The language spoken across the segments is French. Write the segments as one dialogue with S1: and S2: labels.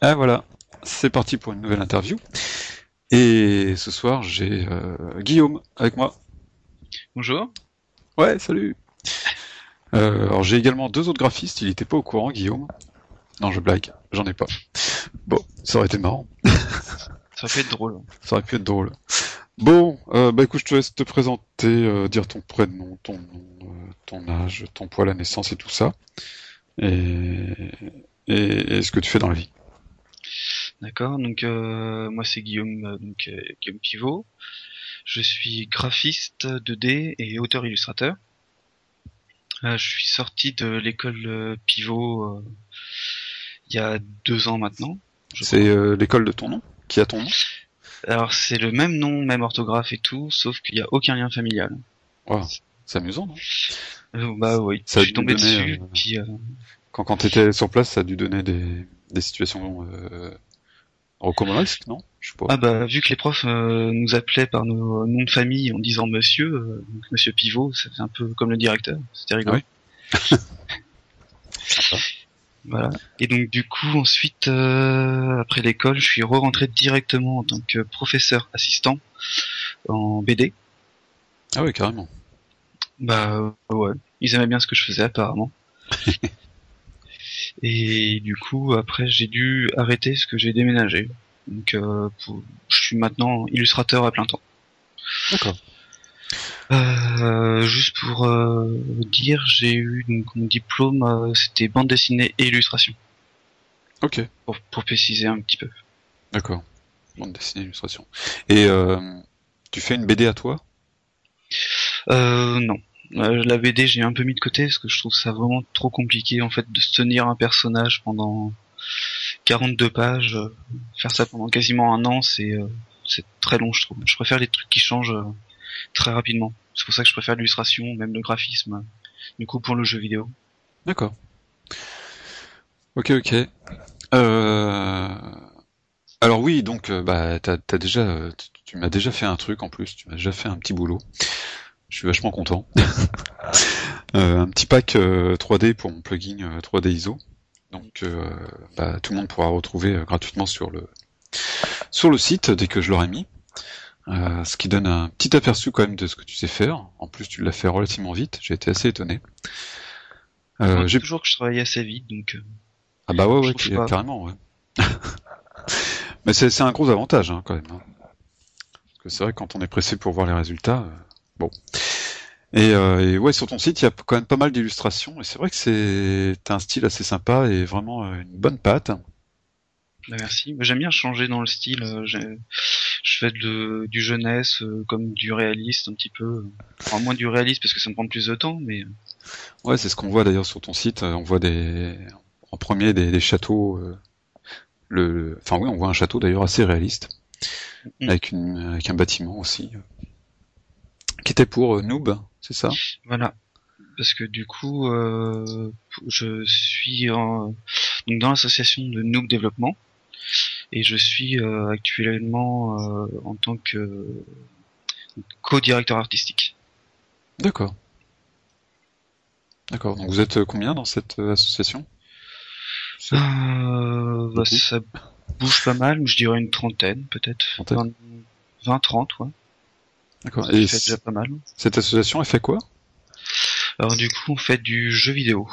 S1: Ah voilà, c'est parti pour une nouvelle interview. Et ce soir, j'ai euh, Guillaume avec moi.
S2: Bonjour.
S1: Ouais, salut. Euh, alors j'ai également deux autres graphistes, il était pas au courant, Guillaume. Non, je blague, j'en ai pas. Bon, ça aurait été marrant,
S2: Ça fait être drôle.
S1: ça aurait pu être drôle. Bon, euh, bah écoute, je te laisse te présenter, euh, dire ton prénom, ton nom, euh, ton âge, ton poids à la naissance et tout ça. Et, et, et ce que tu fais dans la vie.
S2: D'accord. Donc euh, moi c'est Guillaume, euh, donc euh, Guillaume Pivot. Je suis graphiste 2D et auteur illustrateur. Euh, je suis sorti de l'école euh, Pivot euh, il y a deux ans maintenant. je
S1: C'est euh, l'école de ton nom Qui a ton nom
S2: Alors c'est le même nom, même orthographe et tout, sauf qu'il n'y a aucun lien familial.
S1: Wow, C'est amusant, non
S2: Euh, bah oui,
S1: Ça a
S2: je suis
S1: dû
S2: tombé
S1: donner,
S2: dessus.
S1: euh,
S2: Puis, euh,
S1: Quand, quand t'étais sur place, ça a dû donner des, des situations euh, rocambolesques, non Je sais pas.
S2: ah bah vu que les profs euh, nous appelaient par nos noms de famille en disant Monsieur, euh, donc Monsieur Pivot, ça fait un peu comme le directeur. C'était rigolo.
S1: sympa.
S2: Voilà. Et donc du coup ensuite euh, après l'école, je suis re-rentré directement en tant que professeur assistant en BD.
S1: Ah oui, carrément.
S2: Bah euh, ouais, ils aimaient bien ce que je faisais apparemment. Et du coup après j'ai dû arrêter parce que j'ai déménagé. Donc euh, pour- je suis maintenant illustrateur à plein temps.
S1: D'accord.
S2: Euh, juste pour euh, dire, j'ai eu donc mon diplôme, euh, c'était bande dessinée et illustration
S1: Ok.
S2: pour, pour préciser un petit peu.
S1: D'accord. Bande dessinée, illustration. Et euh, tu fais une BD à toi
S2: Euh, non. Euh, la BD, j'ai un peu mis de côté parce que je trouve ça vraiment trop compliqué en fait de se tenir un personnage pendant 42 pages. Euh, Faire ça pendant quasiment un an, c'est euh, c'est très long, je trouve. Je préfère les trucs qui changent euh, très rapidement. C'est pour ça que je préfère l'illustration, même le graphisme. euh, Du coup, pour le jeu vidéo.
S1: D'accord. Ok, ok. Euh... Alors oui, donc euh, bah t'as, t'as déjà, euh, tu, tu m'as déjà fait un truc en plus, tu m'as déjà fait un petit boulot. Je suis vachement content. Euh, un petit pack euh, 3D pour mon plugin euh, 3D ISO. Donc euh, bah, tout le monde pourra retrouver euh, gratuitement sur le sur le site dès que je l'aurai mis. Euh, ce qui donne un petit aperçu quand même de ce que tu sais faire. En plus, tu l'as fait relativement vite. J'ai été assez étonné.
S2: Je
S1: Euh,
S2: vois
S1: j'ai
S2: toujours que je travaille assez vite, donc euh,
S1: ah bah ouais,
S2: Je
S1: ouais
S2: trouve
S1: ca-
S2: pas.
S1: carrément, ouais. Mais c'est c'est un gros avantage hein, quand même. hein. Parce que c'est vrai que quand on est pressé pour voir les résultats, euh, bon. Et, euh, et ouais, sur ton site, il y a quand même pas mal d'illustrations. Et c'est vrai que c'est t'as un style assez sympa et vraiment euh, une bonne patte.
S2: bah, merci. Mais J'aime bien changer dans le style. euh, j'ai- Je fais de, du jeunesse euh, comme du réaliste un petit peu. euh. Enfin, moins du réaliste parce que ça me prend plus de temps, mais
S1: Ouais, c'est ce qu'on voit d'ailleurs sur ton site. Euh, On voit des en premier des, des châteaux. euh, le, enfin oui, on voit un château d'ailleurs assez réaliste,
S2: Mhm.
S1: avec une avec un bâtiment aussi, euh, qui était pour euh, Noob, c'est ça?
S2: Voilà. Parce que du coup, euh, je suis en- donc dans l'association de Noob Développement et je suis euh, actuellement euh, en tant que co-directeur artistique.
S1: D'accord. D'accord. Donc vous êtes euh, combien dans cette euh, association C'est-
S2: Euh, bah,
S1: Beaucoup.
S2: ça bouge pas mal, mais je dirais une trentaine peut-être.
S1: Trentaine.
S2: 20, 30, ouais.
S1: D'accord. Et
S2: Ça fait déjà pas mal. hein.
S1: cette association, elle fait quoi
S2: Alors du coup, on fait du jeu vidéo.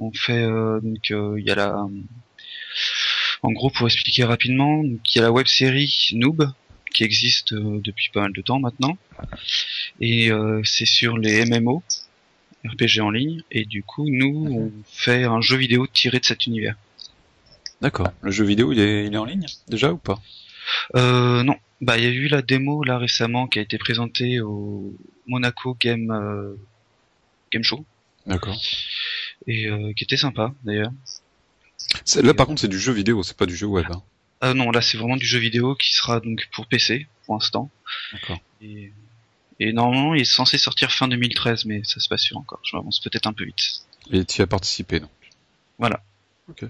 S2: On fait euh, donc euh, il y a la en gros pour expliquer rapidement, donc, il y a la web série Noob qui existe euh, depuis pas mal de temps maintenant et euh, c'est sur les MMO RPG en ligne et du coup nous on fait un jeu vidéo tiré de cet univers.
S1: D'accord. Le jeu vidéo, il est, il est en ligne déjà ou pas
S2: Euh, non, bah il y a eu la démo là récemment qui a été présentée au Monaco Game euh, Game Show
S1: D'accord.
S2: et euh, qui était sympa d'ailleurs.
S1: C'est- Là, par contre, c'est du jeu vidéo, c'est pas du jeu web. hein.
S2: Ah non, là c'est vraiment du jeu vidéo qui sera donc pour PC pour l'instant.
S1: D'accord.
S2: Et, et normalement il est censé sortir fin 2013, mais ça c'est pas sûr encore. Je m'avance peut-être un peu vite.
S1: Et tu y as participé, donc.
S2: Voilà.
S1: Ok.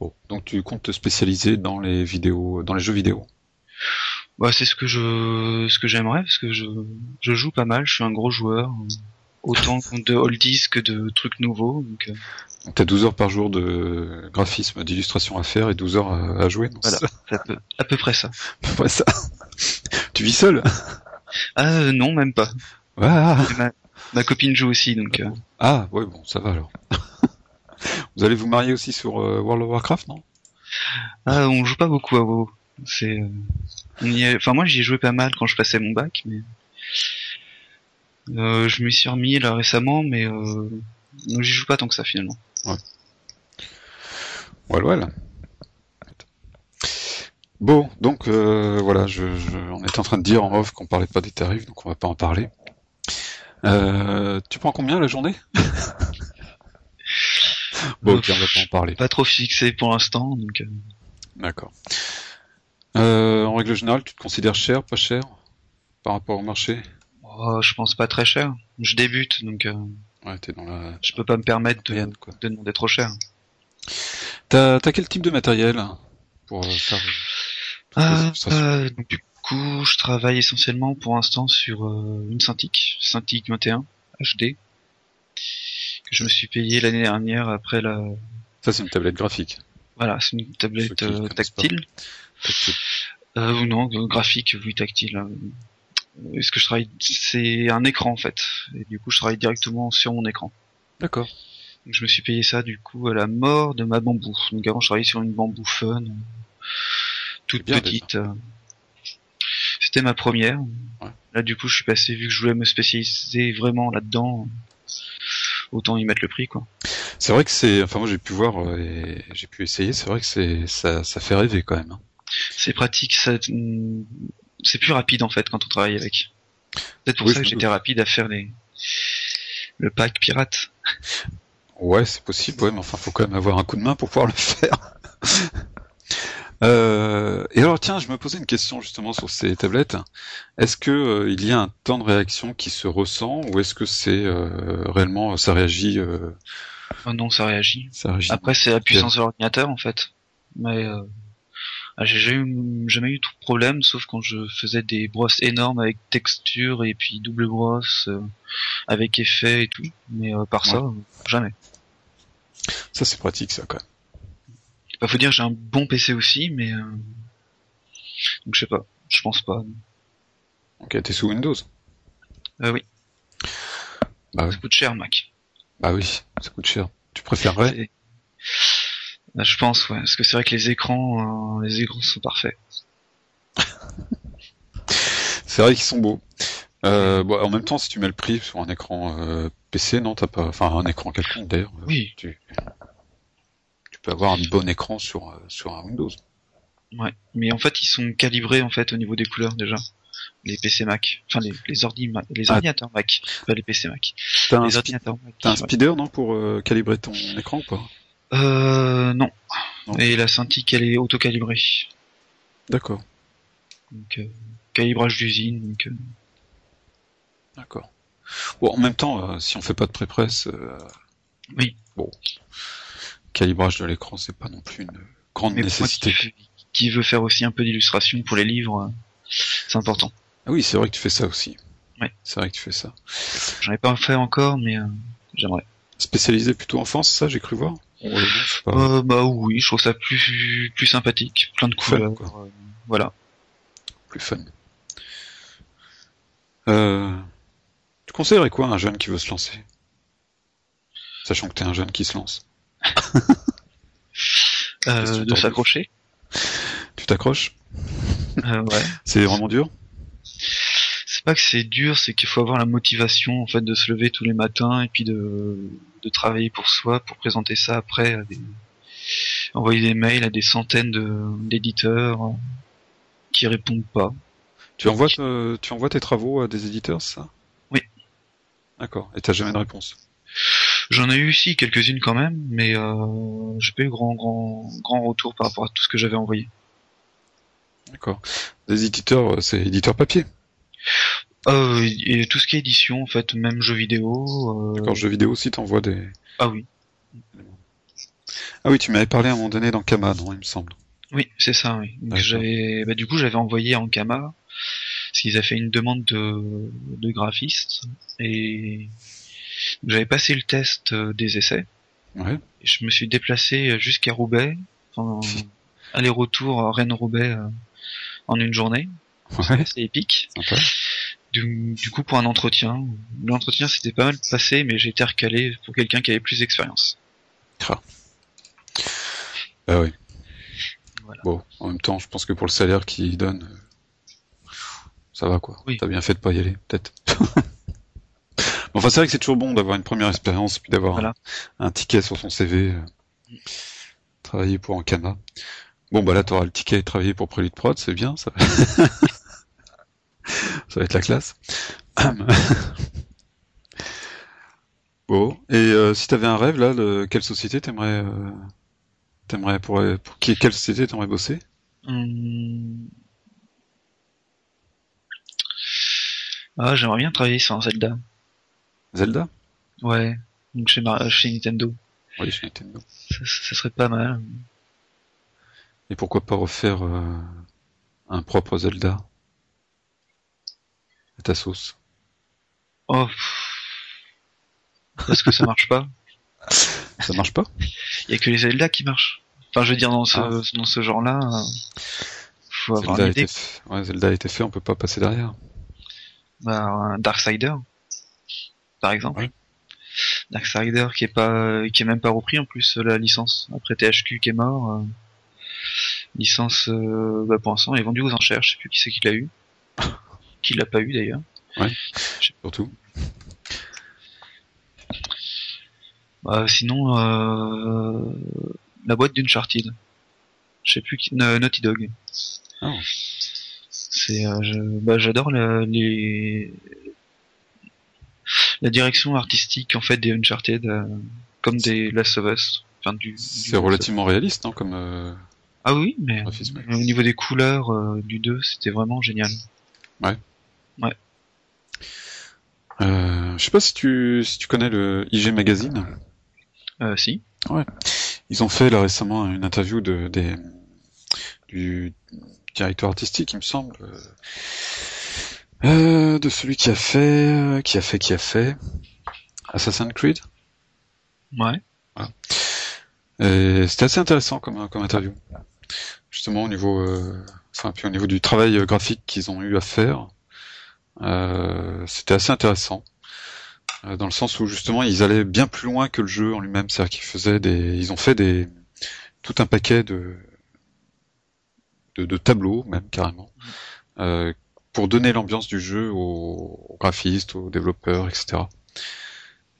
S1: Bon. Donc tu comptes te spécialiser dans les vidéos, dans les jeux vidéo.
S2: Bah c'est ce que je ce que j'aimerais parce que je je joue pas mal. Je suis un gros joueur, euh, autant de oldies que de trucs nouveaux. Donc euh,
S1: T'as 12 heures par jour de graphisme, d'illustration à faire et 12 heures à, à jouer. non,
S2: Voilà. C'est à peu, à peu près ça.
S1: C'est pas ça. tu vis seul
S2: Ah euh, non, même pas.
S1: Ah,
S2: Et Ma, ma copine joue aussi, donc euh,
S1: ah ouais, bon, ça va alors. vous allez vous marier aussi sur euh, World of Warcraft, non
S2: ah, on joue pas beaucoup à WoW. C'est, euh, on y est- enfin moi j'y ai joué pas mal quand je passais mon bac, mais euh, je m'y suis remis là récemment, mais euh, non, j'y joue pas tant que ça finalement.
S1: Well, well. Bon, donc euh, voilà, je, je- on était en train de dire en off qu'on parlait pas des tarifs, donc on va pas en parler. Euh, tu prends combien la journée Bon, ok, on va pas en parler.
S2: Pas trop fixé pour l'instant, donc euh,
S1: D'accord. Euh, en règle générale, tu te considères cher, pas cher, par rapport au marché
S2: oh, je pense pas très cher. Je débute, donc euh,
S1: Ouais, t'es dans la
S2: je peux pas me permettre de,
S1: moyenne, quoi.
S2: de demander trop cher.
S1: T'as t'as quel type de matériel pour euh, faire toutes les
S2: Ah,
S1: illustrations
S2: euh, du coup, je travaille essentiellement pour l'instant sur euh, une Cintiq, Cintiq 21 HD, que je me suis payé l'année dernière après la.
S1: Ça, c'est une tablette graphique.
S2: Voilà, c'est une
S1: Ceux
S2: tablette
S1: qui
S2: euh,
S1: connaissent pas.
S2: tactile. Euh, ou non, euh, graphique, oui, tactile. Euh, Est-ce que je travaille C'est un écran en fait, et du coup, je travaille directement sur mon écran.
S1: D'accord.
S2: Donc, je me suis payé ça du coup à la mort de ma bambou. Donc avant je travaillais sur une bambou fun, euh, toute
S1: Bien,
S2: petite. euh. C'était ma première.
S1: Ouais.
S2: Là du coup je suis passé, vu que je voulais me spécialiser vraiment là-dedans, euh, autant y mettre le prix quoi.
S1: C'est vrai que c'est. Enfin, moi, j'ai pu voir euh, et j'ai pu essayer. C'est vrai que c'est ça, ça fait rêver quand même. hein.
S2: C'est pratique, ça... mm, c'est plus rapide en fait quand on travaille avec. Peut-être pour
S1: Oui,
S2: ça
S1: je
S2: que
S1: me
S2: j'étais rapide à faire les... le pack pirate.
S1: Ouais, c'est possible. Ouais, mais enfin, faut quand même avoir un coup de main pour pouvoir le faire. Euh, et alors, tiens, je me posais une question justement sur ces tablettes. Est-ce que euh, il y a un temps de réaction qui se ressent ou est-ce que c'est euh, réellement ça réagit euh,
S2: Oh non ça réagit.
S1: Ça réagit.
S2: Après, c'est la puissance de l'ordinateur en fait. Mais euh, ah, j'ai jamais eu, jamais eu de problème, sauf quand je faisais des brosses énormes avec texture et puis double brosse euh, avec effet et tout. Mais euh, par ça, euh, jamais.
S1: Ça, c'est pratique, ça quand même.
S2: Bah, faut dire, j'ai un bon PC aussi, mais euh, donc je sais pas. Je pense pas.
S1: Ok, t'es sous Windows.
S2: Euh, oui.
S1: Bah oui.
S2: Ça coûte cher, Mac.
S1: Bah oui, ça coûte cher. Tu préférerais
S2: C'est- Ah, je pense, ouais. Parce que c'est vrai que les écrans, euh, les écrans sont parfaits.
S1: C'est vrai qu'ils sont beaux. Euh, bon, en même temps, si tu mets le prix sur un écran euh, PC, non, t'as pas. Enfin, un écran quelconque d'ailleurs. euh,
S2: Oui.
S1: Tu, tu peux avoir un bon écran sur euh, sur un Windows.
S2: Ouais, mais en fait ils sont calibrés en fait au niveau des couleurs déjà. Les PC Mac, enfin les, les, ordi Ma- les
S1: Ah.
S2: ordinateurs Mac, pas les PC Mac.
S1: T'as un,
S2: les
S1: spi-
S2: ordinateurs Mac.
S1: t'as un
S2: ouais.
S1: speeder, non, pour euh, calibrer ton écran ou pas
S2: Euh non.
S1: Non.
S2: Et la Cintiq elle est auto-calibrée.
S1: D'accord,
S2: Donc euh, calibrage d'usine donc euh,
S1: d'accord. Bon, en même temps, euh, si on fait pas de pré-presse, euh,
S2: oui,
S1: calibrage de l'écran, c'est pas non plus une grande
S2: mais pour moi qui,
S1: nécessité.
S2: veut- qui veut faire aussi un peu d'illustration pour les livres, euh, c'est important.
S1: Ah oui, c'est vrai que tu fais ça aussi.
S2: Ouais.
S1: C'est vrai que tu fais ça.
S2: J'en ai pas fait encore mais euh, j'aimerais.
S1: Spécialisé plutôt en France, ça, j'ai cru voir. Ou, euh, non, je sais pas.
S2: Euh, bah oui, je trouve ça plus plus sympathique, plein de
S1: Fun,
S2: couleurs.
S1: quoi.
S2: euh, voilà.
S1: plus fun. Euh, tu conseillerais quoi à un jeune qui veut se lancer Sachant que t'es un jeune qui se lance. Qu'est-ce que
S2: Euh,
S1: tu
S2: de
S1: t'en dis
S2: s'accrocher.
S1: Tu t'accroches
S2: Euh, ouais.
S1: C'est vraiment dur
S2: c'est pas que c'est dur, c'est qu'il faut avoir la motivation en fait de se lever tous les matins et puis de, de travailler pour soi, pour présenter ça après, à des, envoyer des mails à des centaines de- d'éditeurs euh, qui répondent pas.
S1: tu envoies, te- tu envoies tes travaux à des éditeurs, c'est ça
S2: Oui.
S1: D'accord. Et t'as jamais de réponse
S2: J'en ai eu aussi quelques-unes quand même, mais euh, j'ai pas eu grand grand grand retour par rapport à tout ce que j'avais envoyé.
S1: D'accord. Des éditeurs, euh, c'est éditeur papier.
S2: Euh, et tout ce qui est édition en fait, même jeux vidéo. euh,
S1: D'accord, jeux vidéo aussi, t'envoies des...
S2: Ah oui,
S1: Ah oui, tu m'avais parlé à un moment donné dans Kama, non, il me semble.
S2: oui, c'est ça. Oui. Donc
S1: D'accord.
S2: j'avais, bah, du coup j'avais envoyé à Ankama, parce qu'ils avaient fait une demande de, de graphiste et j'avais passé le test euh, des essais.
S1: Ouais.
S2: Je me suis déplacé euh, jusqu'à Roubaix, enfin, aller-retour Rennes-Roubaix euh, en une journée.
S1: Ouais.
S2: C'est épique.
S1: Sympa.
S2: Du, du coup, pour un entretien, l'entretien s'était pas mal passé, mais j'ai été recalé pour quelqu'un qui avait plus d'expérience.
S1: Bah oui.
S2: Voilà.
S1: Bon, en même temps, je pense que pour le salaire qu'il donne, euh, ça va quoi.
S2: Oui.
S1: T'as bien fait de pas y aller, peut-être. Mais enfin, c'est vrai que c'est toujours bon d'avoir une première expérience, puis d'avoir
S2: Voilà.
S1: un, un ticket sur son CV. euh, travailler pour Ankama. Bon, bah là, t'auras le ticket travailler pour Prelude Prod, c'est bien, ça. va- ça va être la classe. bon, et euh, si t'avais un rêve, là, de quelle société t'aimerais... euh, T'aimerais pour, pour qui, quelle société t'aimerais bosser
S2: Hum. Ah, j'aimerais bien travailler sur un Zelda.
S1: Zelda
S2: Ouais, donc chez, Mar- chez Nintendo.
S1: Oui, chez Nintendo.
S2: Ça, ça serait pas mal.
S1: Et pourquoi pas refaire euh, un propre Zelda à ta sauce
S2: Oh. pff. Parce que ça marche pas.
S1: Ça marche pas
S2: Il y a que les Zelda qui marchent. Enfin, je veux dire, dans ce,
S1: Ah.
S2: dans ce genre-là, euh, faut avoir
S1: Zelda a,
S2: une idée.
S1: été fait, ouais, Zelda a été fait, on peut pas passer derrière.
S2: Bah, un Darksider, par exemple.
S1: Ouais.
S2: Darksider qui est pas, qui est même pas repris en plus euh, la licence. Après THQ qui est mort, euh, licence euh, bah, pour l'instant elle est vendue aux enchères. Je sais plus qui c'est qui l'a eu, qui l'a pas eu d'ailleurs.
S1: Surtout.
S2: Bah, sinon, euh, la boîte d'Uncharted. Je sais plus qui, Na- Naughty Dog.
S1: Ah.
S2: C'est, euh, je- bah, j'adore la, les, la direction artistique en fait des Uncharted, euh, comme des Last of Us. Enfin, du, du-
S1: C'est relativement réaliste, non, comme euh,
S2: Ah oui, mais
S1: graphisme.
S2: au niveau des couleurs euh, du 2, c'était vraiment génial.
S1: Euh, je sais pas si tu, si tu connais le IG Magazine.
S2: Euh, si.
S1: Ils ont fait là récemment une interview de, des, du directeur artistique, il me semble, euh, euh, de celui qui a fait, euh, qui a fait, qui a fait Assassin's Creed.
S2: Ouais.
S1: Et Euh, c'était assez intéressant comme, comme interview. Justement au niveau, euh, enfin puis au niveau du travail euh, graphique qu'ils ont eu à faire, euh, c'était assez intéressant. Euh, dans le sens où justement ils allaient bien plus loin que le jeu en lui-même, c'est-à-dire qu'ils faisaient des, ils ont fait des, tout un paquet de, de, de tableaux même carrément, euh, pour donner l'ambiance du jeu aux, aux graphistes, aux développeurs, etc.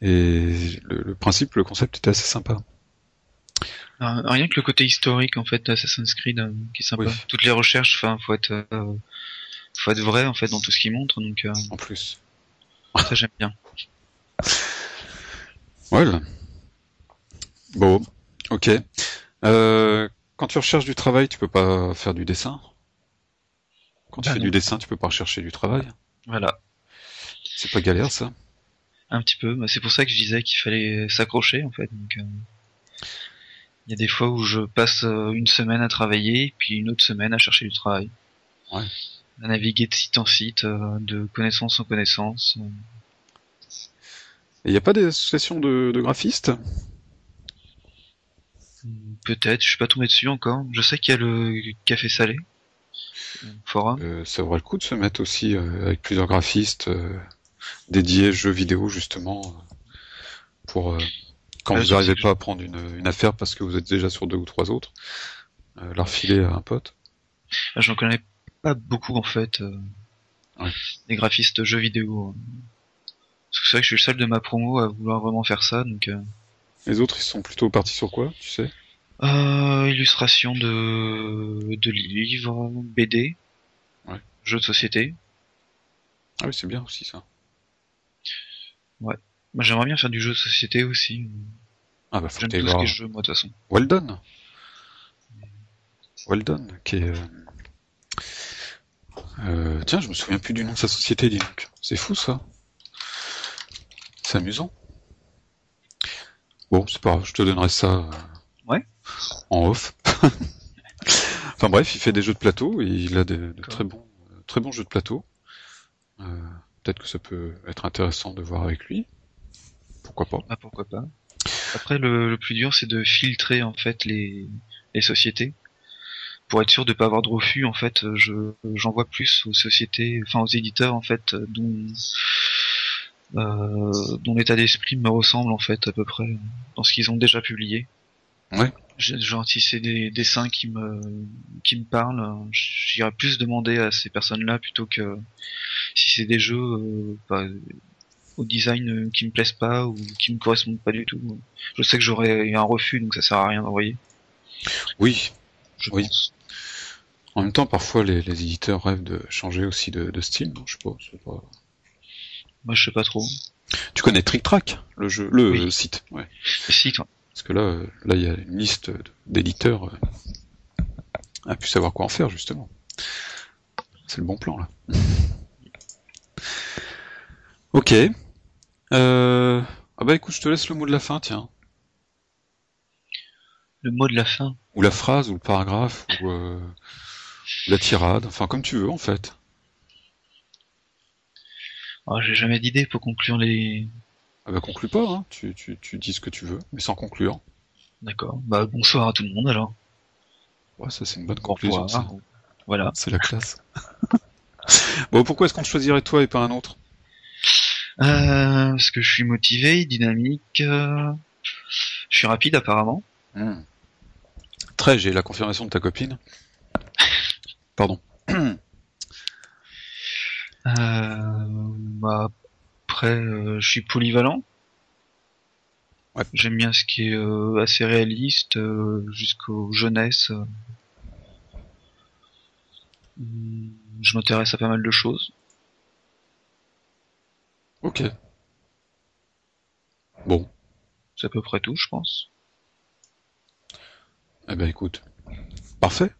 S1: Et le, le principe, le concept était assez sympa.
S2: Euh, Rien que le côté historique en fait d'Assassin's Creed euh, qui est sympa.
S1: Oui.
S2: Toutes les recherches, enfin faut être euh, faut être vrai en fait dans tout ce qu'ils montrent donc euh,
S1: En plus.
S2: ça j'aime bien.
S1: Well. Bon, ok. Euh, quand tu recherches du travail, tu peux pas faire du dessin. Quand tu
S2: Ah
S1: fais
S2: non.
S1: du dessin, tu peux pas rechercher du travail.
S2: Voilà,
S1: C'est pas galère ça.
S2: un petit peu. Bah, C'est pour ça que je disais qu'il fallait s'accrocher en fait. Donc, euh, il y a des fois où je passe euh, une semaine à travailler, puis une autre semaine à chercher du travail.
S1: Ouais.
S2: À naviguer de site en site, euh, de connaissance en connaissance. euh.
S1: Et y a pas des associations de, de graphistes
S2: Peut-être, je suis pas tombé dessus encore. Je sais qu'il y a le café salé, le forum.
S1: Euh, Ça aurait le coup de se mettre aussi euh, avec plusieurs graphistes euh, dédiés jeux vidéo justement euh, pour euh, quand
S2: Ah,
S1: vous
S2: je
S1: n'arrivez
S2: sais que
S1: pas à prendre une, une affaire parce que vous êtes déjà sur deux ou trois autres, euh, la refiler à un pote.
S2: Ah, J'en connais pas beaucoup en fait, euh,
S1: Ouais.
S2: des graphistes jeux vidéo. hein. Parce que c'est vrai que je suis le seul de ma promo à vouloir vraiment faire ça, donc. euh,
S1: Les autres, ils sont plutôt partis sur quoi, tu sais
S2: Euh, illustration de, de livres, BD,
S1: Ouais.
S2: jeux de société.
S1: Ah oui, c'est bien aussi ça.
S2: Moi, j'aimerais bien faire du jeu de société aussi.
S1: Ah bah faut
S2: J'aime
S1: aller
S2: tout
S1: voir
S2: ce qui est jeu, moi, de toute façon.
S1: Weldon. Weldon, qui est... euh, euh, tiens, je me souviens plus du nom de sa société, dis donc. C'est fou ça. C'est amusant. Bon, c'est pas grave, je te donnerai ça euh,
S2: Ouais.
S1: en off. enfin bref, il fait des jeux de plateau et il a de, de très, bons, euh, très bons jeux de plateau. Euh, Peut-être que ça peut être intéressant de voir avec lui. Pourquoi pas
S2: Ah, pourquoi pas. Après, le, le plus dur, c'est de filtrer en fait les, les sociétés pour être sûr de pas avoir de refus. En fait, je j'envoie plus aux sociétés, enfin aux éditeurs en fait, dont euh, dont l'état d'esprit me ressemble en fait à peu près dans ce qu'ils ont déjà publié.
S1: Ouais.
S2: J'ai- Genre si c'est des dessins qui me qui me parlent, j'irai plus demander à ces personnes-là plutôt que si c'est des jeux euh, bah, au design euh, qui me plaisent pas ou qui me correspondent pas du tout. Je sais que j'aurai un refus donc ça sert à rien d'envoyer.
S1: Oui.
S2: Je
S1: Oui.
S2: pense.
S1: En même temps, parfois, les, les éditeurs rêvent de changer aussi de, de style. non Je sais pas, c'est pas-
S2: Moi je sais pas trop.
S1: Tu connais Trick Track, le jeu, le
S2: Oui.
S1: le site. Ouais.
S2: Si toi.
S1: Parce que là, euh, là, il y a une liste de- d'éditeurs euh, à pu savoir quoi en faire, justement. C'est le bon plan, là. ok. Euh, Ah bah écoute, je te laisse le mot de la fin, tiens.
S2: Le mot de la fin.
S1: Ou la phrase, ou le paragraphe, ou euh, la tirade. Enfin, comme tu veux, en fait.
S2: Ah, j'ai jamais d'idée pour conclure les.
S1: Ah bah conclue pas, hein. Tu, tu, tu dis ce que tu veux, mais sans conclure.
S2: D'accord. Bah bonsoir à tout le monde alors.
S1: Ouais, ça c'est une bonne
S2: Au
S1: conclusion. ça.
S2: revoir. Voilà.
S1: C'est la classe. bon, pourquoi est-ce qu'on te choisirait toi et pas un autre
S2: Euh, parce que je suis motivé, dynamique. euh, Je suis rapide apparemment.
S1: Hmm. Très, j'ai la confirmation de ta copine. Pardon.
S2: Euh, bah, après, euh, je suis polyvalent.
S1: Ouais.
S2: J'aime bien ce qui est euh, assez réaliste euh, jusqu'aux jeunesses. euh. Hmm, Je m'intéresse à pas mal de choses.
S1: Ok. Bon,
S2: C'est à peu près tout, je pense.
S1: eh ben écoute. Parfait.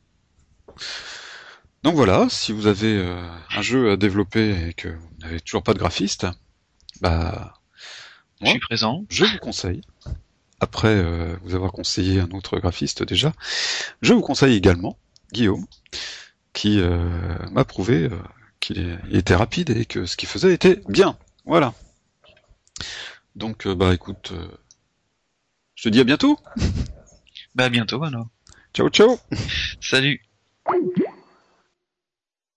S1: Donc voilà, si vous avez euh, un jeu à développer et que vous n'avez toujours pas de graphiste, bah
S2: Je
S1: Ouais.
S2: suis présent.
S1: je vous conseille, après euh, vous avoir conseillé un autre graphiste déjà, je vous conseille également Guillaume, qui euh, m'a prouvé euh, qu'il est- il était rapide et que ce qu'il faisait était bien. Voilà. Donc, euh, bah écoute, euh, je te dis à bientôt.
S2: Bah à bientôt alors.
S1: Ciao, ciao
S2: Salut.